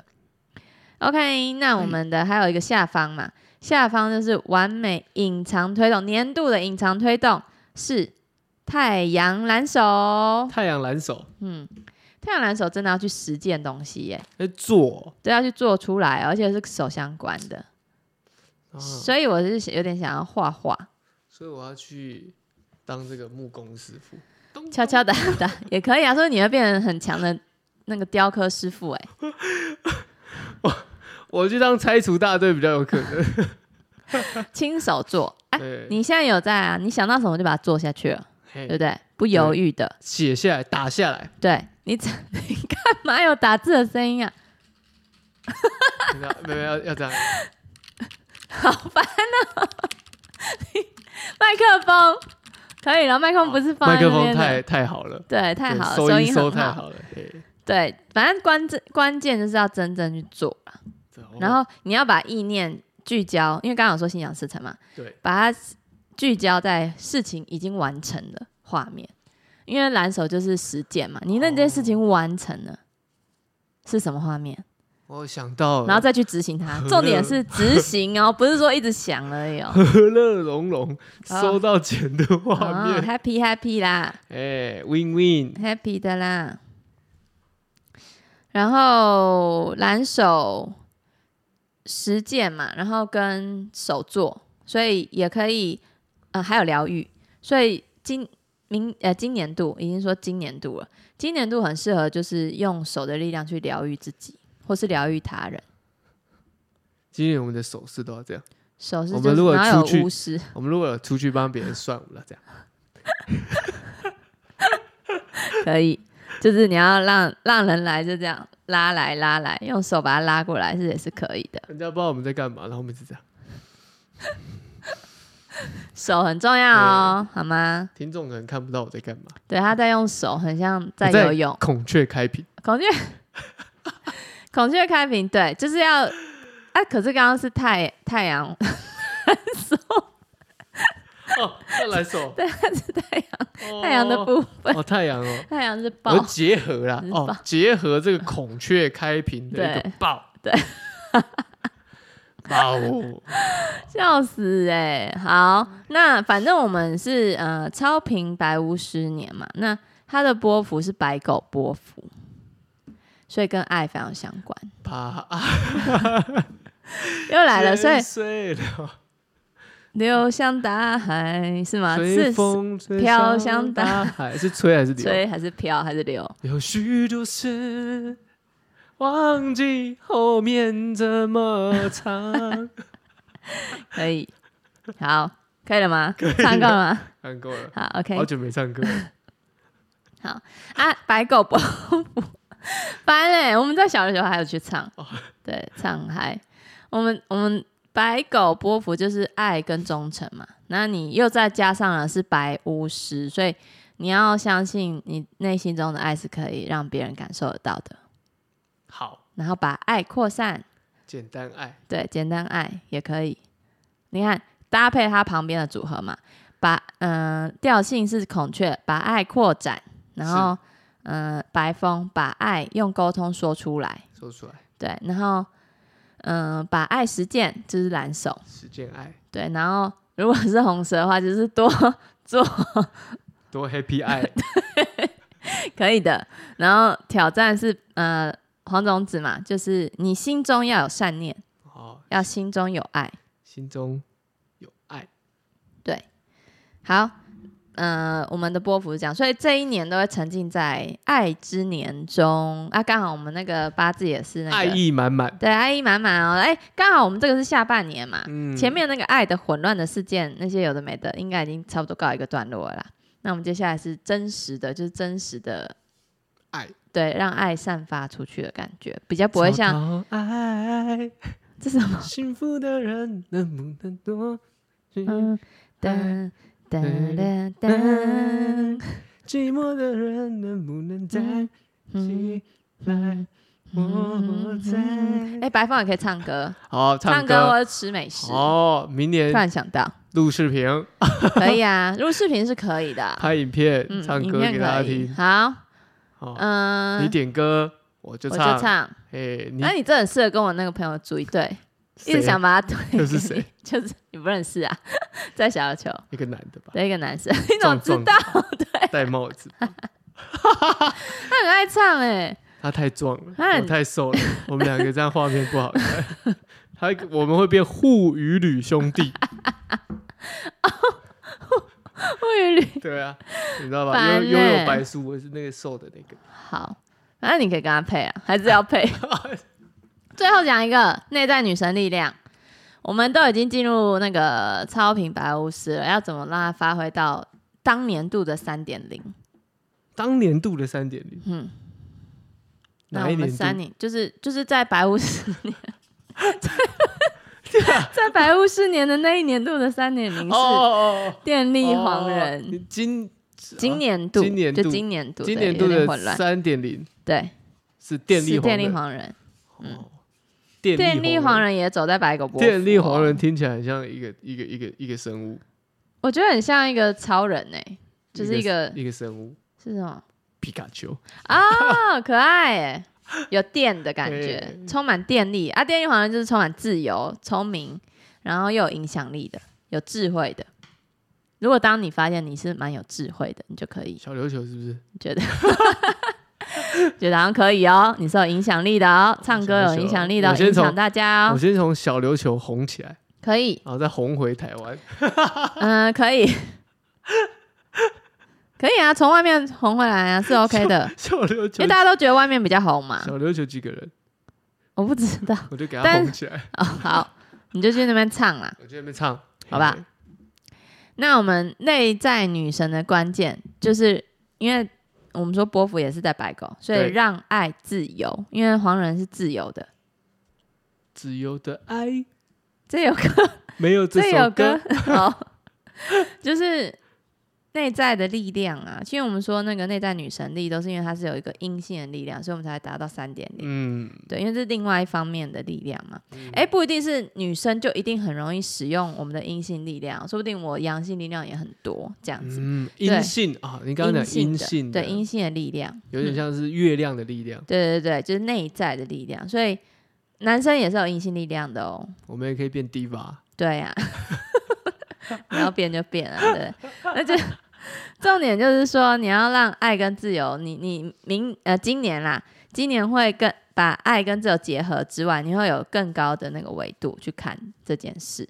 [SPEAKER 2] OK，那我们的还有一个下方嘛，下方就是完美隐藏推动年度的隐藏推动是太阳蓝手，
[SPEAKER 1] 太阳蓝手，
[SPEAKER 2] 嗯，太阳蓝手真的要去实践东西耶，
[SPEAKER 1] 哎，做，
[SPEAKER 2] 都要去做出来，而且是手相关的。
[SPEAKER 1] 啊
[SPEAKER 2] 所以我是有点想要画画，
[SPEAKER 1] 所以我要去当这个木工师傅，咚
[SPEAKER 2] 敲敲打打也可以啊。所以你会变成很强的那个雕刻师傅、哎，
[SPEAKER 1] 我去当拆除大队比较有可
[SPEAKER 2] (laughs)
[SPEAKER 1] 能。
[SPEAKER 2] 亲手做。哎、
[SPEAKER 1] 对，
[SPEAKER 2] 你现在有在啊？你想到什么就把它做下去了，
[SPEAKER 1] 嘿
[SPEAKER 2] 对不对？不犹豫的。
[SPEAKER 1] 写下来，打下来，
[SPEAKER 2] 对你怎， (laughs) 你干嘛有打字的声音啊？ (laughs)
[SPEAKER 1] 没有没有要要这样，
[SPEAKER 2] 好烦啊！麦克风可以了，麦克风不是放
[SPEAKER 1] 啊麦
[SPEAKER 2] 在
[SPEAKER 1] 克
[SPEAKER 2] 那
[SPEAKER 1] 风
[SPEAKER 2] 边
[SPEAKER 1] 太
[SPEAKER 2] 的，
[SPEAKER 1] 太好了，
[SPEAKER 2] 对，太
[SPEAKER 1] 对
[SPEAKER 2] 好了，
[SPEAKER 1] 收
[SPEAKER 2] 音
[SPEAKER 1] 收
[SPEAKER 2] 很
[SPEAKER 1] 太
[SPEAKER 2] 好。
[SPEAKER 1] 好了，嘿
[SPEAKER 2] 对，反正关键关键就是要真正去做啦。
[SPEAKER 1] 这
[SPEAKER 2] 然后你要把意念聚焦，因为刚刚有说心想事成嘛，
[SPEAKER 1] 对，
[SPEAKER 2] 把它聚焦在事情已经完成的画面，因为蓝手就是实践嘛，你那件事情完成了，是什么画面？
[SPEAKER 1] 我想到
[SPEAKER 2] 然后
[SPEAKER 1] 了
[SPEAKER 2] 再去执行它。重点是执行哦，不是说一直想而已哦。
[SPEAKER 1] (laughs) 和乐融融
[SPEAKER 2] 啊
[SPEAKER 1] 收到钱的画
[SPEAKER 2] 啊、
[SPEAKER 1] 面，
[SPEAKER 2] h a p p y happy 啦
[SPEAKER 1] 哎，win win，
[SPEAKER 2] ，happy 的啦。然后蓝手实践嘛，然后跟手做，所以也可以，呃，还有疗愈。所以今明呃今年度已经说今年度了，今年度很适合就是用手的力量去疗愈自己，或是疗愈他人。
[SPEAKER 1] 今天我们的手势都要这样。
[SPEAKER 2] 手是
[SPEAKER 1] 我
[SPEAKER 2] 就
[SPEAKER 1] 们
[SPEAKER 2] 是
[SPEAKER 1] 如果
[SPEAKER 2] 哪有
[SPEAKER 1] 出去
[SPEAKER 2] 巫师？
[SPEAKER 1] 我们如果有出去帮别人算，我们要这样。
[SPEAKER 2] 可以，就是你要让让人来就这样拉来拉来，用手把它拉过来是也是可以的。
[SPEAKER 1] 人家不知道我们在干嘛，然后我们是这样。
[SPEAKER 2] 手很重要哦，好吗？
[SPEAKER 1] 听众可能看不到我在干嘛。
[SPEAKER 2] 对，他在用手，很像在
[SPEAKER 1] 我在
[SPEAKER 2] 游泳。
[SPEAKER 1] 孔雀开屏，
[SPEAKER 2] 孔雀， (laughs) 孔雀开屏，对，就是要啊。可是刚刚是太太阳，
[SPEAKER 1] 哦，再来 (laughs) 手，
[SPEAKER 2] 对，它是太阳，
[SPEAKER 1] 哦
[SPEAKER 2] 太阳的部分，
[SPEAKER 1] 哦，太阳哦，
[SPEAKER 2] 太阳是豹
[SPEAKER 1] 我，结合啦
[SPEAKER 2] 是，
[SPEAKER 1] 哦
[SPEAKER 2] 豹，
[SPEAKER 1] 结合这个孔雀开屏的一个
[SPEAKER 2] 对
[SPEAKER 1] 爆，
[SPEAKER 2] (laughs) 对，
[SPEAKER 1] 爆哦，
[SPEAKER 2] 笑死哎、好，那反正我们是呃超频白巫师年嘛，那它的波幅是白狗波幅，所以跟爱非常相关。
[SPEAKER 1] 啪啊，
[SPEAKER 2] 又来了，所以
[SPEAKER 1] 睡了，
[SPEAKER 2] 流向大海是吗？
[SPEAKER 1] 随
[SPEAKER 2] 是
[SPEAKER 1] 风吹
[SPEAKER 2] 飘
[SPEAKER 1] 向
[SPEAKER 2] 向
[SPEAKER 1] 大
[SPEAKER 2] 大
[SPEAKER 1] 海，是吹还是流？
[SPEAKER 2] 吹还是飘还是流？
[SPEAKER 1] 有许多事忘记后面怎么唱。
[SPEAKER 2] (laughs) 可以，好，可以了吗？唱够了吗？
[SPEAKER 1] 看过了，
[SPEAKER 2] 好
[SPEAKER 1] 好
[SPEAKER 2] ，OK。
[SPEAKER 1] 久没唱歌
[SPEAKER 2] (laughs)
[SPEAKER 1] 了。
[SPEAKER 2] 啊，白狗波幅，翻嘞、欸我们在小的时候还有去唱，对，唱嗨。我们我们白狗波幅就是爱跟忠诚嘛，那你又再加上了是白巫师，所以你要相信你内心中的爱是可以让别人感受得到的，
[SPEAKER 1] 好，
[SPEAKER 2] 然后把爱扩散。
[SPEAKER 1] 简单爱，
[SPEAKER 2] 对，简单爱也可以。你看，搭配它旁边的组合嘛，把嗯、呃调性是孔雀，把爱扩展，然后嗯、呃白风把爱用沟通说出来，
[SPEAKER 1] 说出来，
[SPEAKER 2] 对，然后嗯、呃把爱实践就是蓝手，
[SPEAKER 1] 实践爱，
[SPEAKER 2] 对，然后如果是红蛇的话，就是多 (laughs) 做
[SPEAKER 1] 多 happy 爱，
[SPEAKER 2] (laughs) 可以的，然后挑战是呃黄种子嘛，就是你心中要有善念，
[SPEAKER 1] 哦，
[SPEAKER 2] 要心中有爱。
[SPEAKER 1] 心中有爱，
[SPEAKER 2] 好，呃，我们的波幅是这样，所以这一年都会沉浸在爱之年中啊。刚好我们那个八字也是那个啊
[SPEAKER 1] 爱意满满。
[SPEAKER 2] 对，爱意满满哦。哎，刚好我们这个是下半年嘛，
[SPEAKER 1] 嗯
[SPEAKER 2] 前面那个爱的混乱的事件，那些有的没的，应该已经差不多告一个段落了啦。那我们接下来是真实的，就是真实的
[SPEAKER 1] 爱，
[SPEAKER 2] 对，让爱散发出去的感觉，比较不会像
[SPEAKER 1] 找到爱，
[SPEAKER 2] 这是什么？
[SPEAKER 1] 幸福的人能不能多去？
[SPEAKER 2] 嗯，噔噔噔
[SPEAKER 1] 嗯
[SPEAKER 2] 噔，
[SPEAKER 1] 寂寞的人能不能站
[SPEAKER 2] 嗯
[SPEAKER 1] 起来？我
[SPEAKER 2] 哎、
[SPEAKER 1] 在。
[SPEAKER 2] 白凤也可以唱歌，
[SPEAKER 1] 好，
[SPEAKER 2] 唱歌
[SPEAKER 1] 歌。
[SPEAKER 2] 或者吃美食。
[SPEAKER 1] 哦，明
[SPEAKER 2] 突
[SPEAKER 1] 年
[SPEAKER 2] 然想
[SPEAKER 1] (laughs)
[SPEAKER 2] 到，
[SPEAKER 1] 录视频、
[SPEAKER 2] 可以啊，录视频是可以的，
[SPEAKER 1] 拍影片、
[SPEAKER 2] 嗯，
[SPEAKER 1] 唱
[SPEAKER 2] 影
[SPEAKER 1] 歌
[SPEAKER 2] 片
[SPEAKER 1] 给大家
[SPEAKER 2] 可以。
[SPEAKER 1] 听。
[SPEAKER 2] 好，
[SPEAKER 1] 好，
[SPEAKER 2] 嗯、
[SPEAKER 1] 你点歌我就
[SPEAKER 2] 我就
[SPEAKER 1] 唱，
[SPEAKER 2] 唱。
[SPEAKER 1] 哎，你
[SPEAKER 2] 那你真的很适合跟我那个朋友组一队，一
[SPEAKER 1] 谁
[SPEAKER 2] 直
[SPEAKER 1] 啊
[SPEAKER 2] 想把他推给
[SPEAKER 1] (laughs) 又
[SPEAKER 2] 你，
[SPEAKER 1] 是谁
[SPEAKER 2] (laughs) 就是你不认识啊， (laughs) 在小琉球
[SPEAKER 1] 一个男的吧，
[SPEAKER 2] 的一个男生，你怎么
[SPEAKER 1] 壮
[SPEAKER 2] 知
[SPEAKER 1] 壮的
[SPEAKER 2] 道？
[SPEAKER 1] 戴帽子，
[SPEAKER 2] (laughs) 他很爱唱哎、
[SPEAKER 1] 他太壮了，
[SPEAKER 2] 他很
[SPEAKER 1] 我太瘦了， (laughs) 我们两个这样画面不好看，他我们会变护鱼女兄
[SPEAKER 2] (laughs)
[SPEAKER 1] 弟，
[SPEAKER 2] 我有点
[SPEAKER 1] 对啊，你知道吧？
[SPEAKER 2] 烦
[SPEAKER 1] 拥拥有
[SPEAKER 2] 欸
[SPEAKER 1] 白书，我是那个瘦的那个，
[SPEAKER 2] 好，那你可以跟他配啊，还是要
[SPEAKER 1] (laughs)
[SPEAKER 2] 配。最后讲一个内在女神力量，我们都已经进入那个超品白巫师了，要怎么让它发挥到当年度的三点零？
[SPEAKER 1] 当年度的三点零，
[SPEAKER 2] 嗯，那
[SPEAKER 1] 哪一
[SPEAKER 2] 我们
[SPEAKER 1] 年
[SPEAKER 2] 三
[SPEAKER 1] 度？
[SPEAKER 2] 年就是就是在白巫师
[SPEAKER 1] (laughs)
[SPEAKER 2] 年， (laughs) 在白巫师年的那一年度的三点零
[SPEAKER 1] 哦
[SPEAKER 2] 是
[SPEAKER 1] 哦哦，
[SPEAKER 2] 电力黄
[SPEAKER 1] 哦
[SPEAKER 2] 人。
[SPEAKER 1] 你今
[SPEAKER 2] 今年度，
[SPEAKER 1] 今年度
[SPEAKER 2] 就今年度的，
[SPEAKER 1] 今年
[SPEAKER 2] 有
[SPEAKER 1] 度
[SPEAKER 2] 点
[SPEAKER 1] 的
[SPEAKER 2] 混乱，
[SPEAKER 1] 三点零
[SPEAKER 2] 对，
[SPEAKER 1] 是电力
[SPEAKER 2] 是
[SPEAKER 1] 黄
[SPEAKER 2] 电力
[SPEAKER 1] 人，
[SPEAKER 2] 黄人，嗯
[SPEAKER 1] 哦电
[SPEAKER 2] 电力黄
[SPEAKER 1] 人，
[SPEAKER 2] 人也走在白狗波，
[SPEAKER 1] 电力黄人，听起来很像一个一个一个一个生物，
[SPEAKER 2] 我觉得很像一个超人哎、就是一个
[SPEAKER 1] 一个生物，
[SPEAKER 2] 是什么哦
[SPEAKER 1] 皮卡丘。
[SPEAKER 2] (laughs) 啊、可爱哎、有电的感觉，
[SPEAKER 1] 对
[SPEAKER 2] 充满电力啊！电力好像就是充满自由、聪明，然后又有影响力的、有智慧的。如果当你发现你是蛮有智慧的，你就可以
[SPEAKER 1] 小琉球是不是？
[SPEAKER 2] 觉得觉得好像可以哦，你是有影响力的哦，唱歌有影响力的哦，
[SPEAKER 1] 我先
[SPEAKER 2] 影
[SPEAKER 1] 从
[SPEAKER 2] 响大家
[SPEAKER 1] 我
[SPEAKER 2] 哦，
[SPEAKER 1] 先从小琉球红起来，
[SPEAKER 2] 可以，
[SPEAKER 1] 然后再红回台湾。
[SPEAKER 2] (laughs) 嗯、可以， (laughs) 可以啊，从外面红回来啊，是 OK
[SPEAKER 1] (laughs)
[SPEAKER 2] 的，
[SPEAKER 1] 小琉
[SPEAKER 2] 因
[SPEAKER 1] 球
[SPEAKER 2] 为，大家都觉得外面比较红嘛，
[SPEAKER 1] 小琉球几个人，
[SPEAKER 2] 我不知道
[SPEAKER 1] 我就给他
[SPEAKER 2] 但
[SPEAKER 1] 红起来。
[SPEAKER 2] 哦，好，你就去那边唱啦。
[SPEAKER 1] 我就在那边唱，
[SPEAKER 2] 好吧
[SPEAKER 1] 嘿？
[SPEAKER 2] 那我们内在女神的关键，就是因为我们说波伏也是在白狗，所以
[SPEAKER 1] 对
[SPEAKER 2] 让爱自由，因为黄人是自由的。
[SPEAKER 1] 自由的爱，
[SPEAKER 2] 这有歌，
[SPEAKER 1] 没有 (laughs) 这
[SPEAKER 2] 这
[SPEAKER 1] 首
[SPEAKER 2] 有歌， (laughs) 好，就是内在的力量啊。因为我们说那个内在女神力，都是因为它是有一个阴性的力量，所以我们才会达到三点零。
[SPEAKER 1] 嗯，
[SPEAKER 2] 对，因为这是另外一方面的力量嘛。哎、不一定是女生就一定很容易使用我们的阴性力量，说不定我阳性力量也很多，这样子。
[SPEAKER 1] 嗯，
[SPEAKER 2] 对
[SPEAKER 1] 阴性啊，你刚刚讲
[SPEAKER 2] 阴
[SPEAKER 1] 阴
[SPEAKER 2] 性
[SPEAKER 1] 性
[SPEAKER 2] 的
[SPEAKER 1] 的，
[SPEAKER 2] 对阴性的力量，嗯
[SPEAKER 1] 有点像是月亮的力量，
[SPEAKER 2] 对对对，就是内在的力量。所以男生也是有阴性力量的哦。
[SPEAKER 1] 我们也可以变 diva。
[SPEAKER 2] 对 (laughs) 呀、你要变就变啊，对。那就重点就是说，你要让爱跟自由，你你明呃今年啦，今年会更把爱跟自由结合之外，你会有更高的那个维度去看这件事。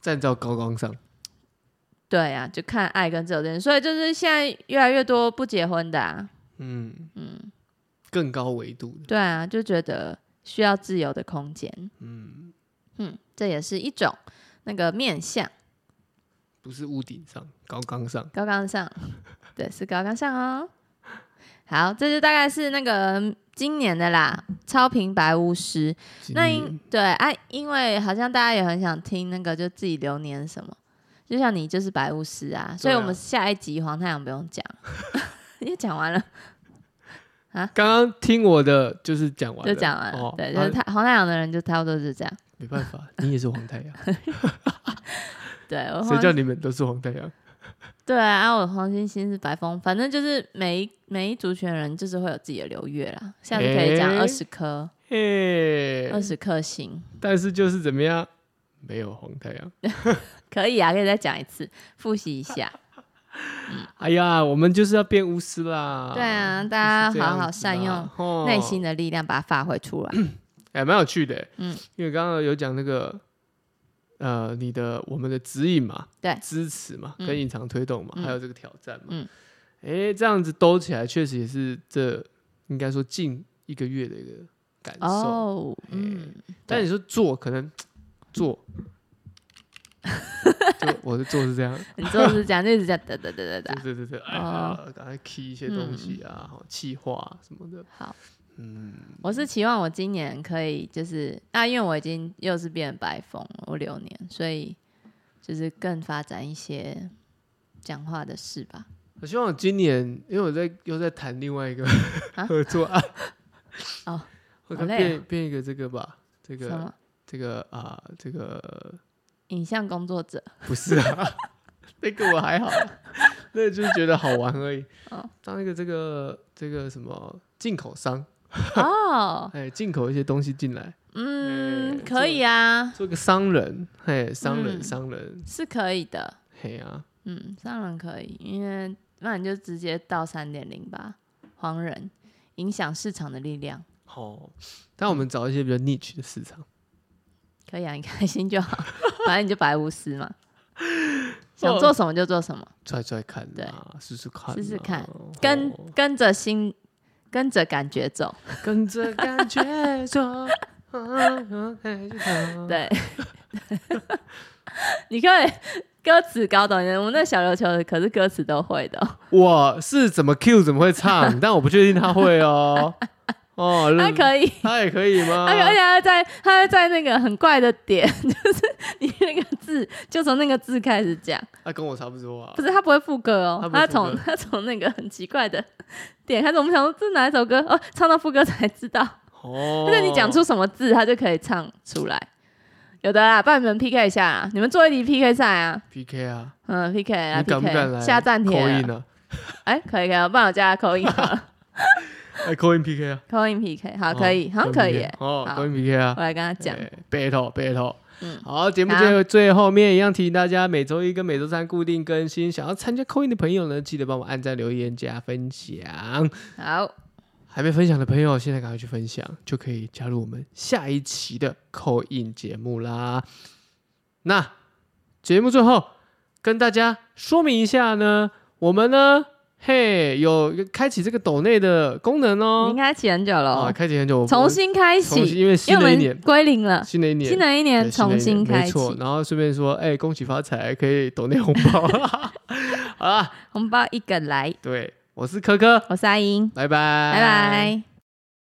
[SPEAKER 1] 站到高岗上，
[SPEAKER 2] 对啊，就看爱跟自由这件事。所以就是现在越来越多不结婚的啊，
[SPEAKER 1] 嗯嗯，更高维度的，
[SPEAKER 2] 对啊，就觉得需要自由的空间。嗯嗯，这也是一种那个面向
[SPEAKER 1] 不是屋顶上，高岗上。
[SPEAKER 2] 高岗上，对，是高岗上哦。好，这就大概是那个今年的啦，超平白巫师。
[SPEAKER 1] 嗯
[SPEAKER 2] 那因对啊，因为好像大家也很想听那个，就自己流年什么，就像你就是白巫师啊，所以
[SPEAKER 1] 对
[SPEAKER 2] 我
[SPEAKER 1] 啊
[SPEAKER 2] 们下一集黄太阳不
[SPEAKER 1] (laughs)
[SPEAKER 2] 用讲，因为讲完了
[SPEAKER 1] 刚刚听我的就是讲完
[SPEAKER 2] 就
[SPEAKER 1] 了，
[SPEAKER 2] 讲完了。
[SPEAKER 1] 哦
[SPEAKER 2] 对，就
[SPEAKER 1] 啊
[SPEAKER 2] 是太黄太阳的人就差不多是这样。
[SPEAKER 1] 没办法，你也是黄太阳，
[SPEAKER 2] 对， (laughs) 我
[SPEAKER 1] 谁
[SPEAKER 2] 黄
[SPEAKER 1] 叫你们都是黄太阳？
[SPEAKER 2] 对啊，我黄星星是白风，反正就是每一每一族群的人就是会有自己的流月啦。下次可以讲
[SPEAKER 1] 诶
[SPEAKER 2] 二十颗，
[SPEAKER 1] 嘿
[SPEAKER 2] 二，十颗星，
[SPEAKER 1] 但是就是怎么样，没有黄太阳。
[SPEAKER 2] 可以啊，可以再讲一次，复习
[SPEAKER 1] (laughs)
[SPEAKER 2] 一下。
[SPEAKER 1] 哎呀，我们就是要变巫师啦。
[SPEAKER 2] 对啊，大
[SPEAKER 1] 就是这样
[SPEAKER 2] 家
[SPEAKER 1] 子啦，
[SPEAKER 2] 好好善用
[SPEAKER 1] 哦
[SPEAKER 2] 内心，的力量，把它发挥出来。
[SPEAKER 1] 哎，蛮有趣的。
[SPEAKER 2] 嗯
[SPEAKER 1] 嗯，因为刚刚有讲那个。呃，你的我们的指引嘛，
[SPEAKER 2] 对
[SPEAKER 1] 支持嘛，
[SPEAKER 2] 嗯
[SPEAKER 1] 跟隐藏推动嘛，
[SPEAKER 2] 嗯
[SPEAKER 1] 还有这个挑战嘛，
[SPEAKER 2] 嗯
[SPEAKER 1] 嗯，哎，这样子兜起来，确实也是这应该说近一个月的一个感受。
[SPEAKER 2] 哦，嗯，
[SPEAKER 1] 但你说做，可能
[SPEAKER 2] (laughs)
[SPEAKER 1] 做，就我的做是这样，
[SPEAKER 2] 你就是讲，就一直讲，哒哒哒哒
[SPEAKER 1] 对
[SPEAKER 2] 哒。
[SPEAKER 1] 对对对，哎
[SPEAKER 2] 哦嗯
[SPEAKER 1] 呀，赶快 key 一些东西啊，好气化啊什么的，
[SPEAKER 2] 好，
[SPEAKER 1] 嗯，
[SPEAKER 2] 我是期望我今年可以，就是啊，因为我已经又是变白风了，我流年，所以就是更发展一些讲话的事吧。
[SPEAKER 1] 我希望今年，因为我在又在谈另外一个
[SPEAKER 2] 啊
[SPEAKER 1] 合作案，
[SPEAKER 2] 哦，
[SPEAKER 1] 我
[SPEAKER 2] 好
[SPEAKER 1] 看
[SPEAKER 2] 累啊
[SPEAKER 1] 变变一个这个吧，这
[SPEAKER 2] 什
[SPEAKER 1] 个
[SPEAKER 2] 么
[SPEAKER 1] 这个啊，这个
[SPEAKER 2] 影像工
[SPEAKER 1] (laughs)
[SPEAKER 2] 作者？
[SPEAKER 1] 不是
[SPEAKER 2] (laughs)
[SPEAKER 1] 啊，那个我还好啊， (laughs) 那个就是觉得好玩而已
[SPEAKER 2] 哦。
[SPEAKER 1] 当一个这个这个什么进口商，
[SPEAKER 2] 哦，
[SPEAKER 1] 哎，进口一些东西进来。
[SPEAKER 2] 嗯，
[SPEAKER 1] 哎
[SPEAKER 2] 可以啊，
[SPEAKER 1] 做个商人，嘿，商人，
[SPEAKER 2] 嗯
[SPEAKER 1] 商人，
[SPEAKER 2] 是可以的，
[SPEAKER 1] 嘿啊，
[SPEAKER 2] 嗯，当然可以，因为那你就直接到三点零吧，黄人影响市场的力量，
[SPEAKER 1] 哦，
[SPEAKER 2] 嗯
[SPEAKER 1] 但我们找一些比较 niche 的市场，
[SPEAKER 2] 可以啊，你开心就好，反正你就白无
[SPEAKER 1] (laughs)
[SPEAKER 2] 私嘛，
[SPEAKER 1] 哦
[SPEAKER 2] 想做什么就做什么，
[SPEAKER 1] 拽拽看啊，试试看啊，
[SPEAKER 2] 试试看
[SPEAKER 1] 哦
[SPEAKER 2] 跟跟着心，跟着感觉走，
[SPEAKER 1] (laughs) 跟着感觉啊走。啊
[SPEAKER 2] (laughs)
[SPEAKER 1] 对， (laughs)
[SPEAKER 2] 对，你可以歌词搞懂，我们那小琉球的可是歌词都会的哦，
[SPEAKER 1] 我是怎么 Q 怎么会唱，但我不确定他会
[SPEAKER 2] (laughs)
[SPEAKER 1] 哦。哦，
[SPEAKER 2] 还可以。
[SPEAKER 1] 他也可以吗？
[SPEAKER 2] 而且而且他会在他会在那个很怪的点， (laughs) 就是你那个字就从那个字开始讲，
[SPEAKER 1] 他跟我差不多啊
[SPEAKER 2] 不。是他不会副歌哦，
[SPEAKER 1] 他
[SPEAKER 2] 他
[SPEAKER 1] 不会
[SPEAKER 2] 从
[SPEAKER 1] 副歌
[SPEAKER 2] 他从那个很奇怪的点开始，我们想说这哪一首歌哦，唱到副歌才知道，
[SPEAKER 1] 哦，
[SPEAKER 2] 但是你讲出什么字，他就可以唱出来。有的啦，不然你们 PK 一下啊，你们做一题 PK 赛啊，
[SPEAKER 1] PK 啊，
[SPEAKER 2] 嗯，PK 啊
[SPEAKER 1] 你敢不敢
[SPEAKER 2] ，PK
[SPEAKER 1] 来
[SPEAKER 2] 下站
[SPEAKER 1] 口
[SPEAKER 2] 帖
[SPEAKER 1] 音
[SPEAKER 2] 啊，
[SPEAKER 1] 呢？
[SPEAKER 2] 哎，可以可以，不然我叫他口音好了。
[SPEAKER 1] 哎，口音 PK 啊，
[SPEAKER 2] 口音 PK，好，可以，
[SPEAKER 1] 哦
[SPEAKER 2] 好像可以
[SPEAKER 1] PK
[SPEAKER 2] 耶，
[SPEAKER 1] 哦，
[SPEAKER 2] 好
[SPEAKER 1] 口音 PK 啊
[SPEAKER 2] 我，来跟他讲，
[SPEAKER 1] 哎 battle battle。
[SPEAKER 2] 嗯
[SPEAKER 1] 好，节目
[SPEAKER 2] 好
[SPEAKER 1] 最最后面一样提醒大家，每周一跟每周三固定更新。想要参加扣印的朋友呢，记得帮我按赞、留言、加分享。
[SPEAKER 2] 好，
[SPEAKER 1] 还没分享的朋友，现在赶快去分享，就可以加入我们下一期的扣印节目啦。那节目最后跟大家说明一下呢，我们呢，嘿，有开启这个抖内的功能
[SPEAKER 2] 你
[SPEAKER 1] 哦
[SPEAKER 2] 应。该起很久了
[SPEAKER 1] 啊，
[SPEAKER 2] 哦，
[SPEAKER 1] 开启很久，我
[SPEAKER 2] 重新开
[SPEAKER 1] 重新，因为
[SPEAKER 2] 启，因为
[SPEAKER 1] 新
[SPEAKER 2] 我
[SPEAKER 1] 的一
[SPEAKER 2] 们
[SPEAKER 1] 年，
[SPEAKER 2] 归零了，
[SPEAKER 1] 新的一年
[SPEAKER 2] 新，的一年
[SPEAKER 1] 对新的
[SPEAKER 2] 重
[SPEAKER 1] 一
[SPEAKER 2] 新
[SPEAKER 1] 年
[SPEAKER 2] 开
[SPEAKER 1] 没
[SPEAKER 2] 启
[SPEAKER 1] 错，，然后顺便说，哎、恭喜发财，可以抖内红包。好啦，
[SPEAKER 2] 红包一个来，
[SPEAKER 1] 对，我是科科，
[SPEAKER 2] 我是阿英，
[SPEAKER 1] 拜拜，
[SPEAKER 2] 拜拜。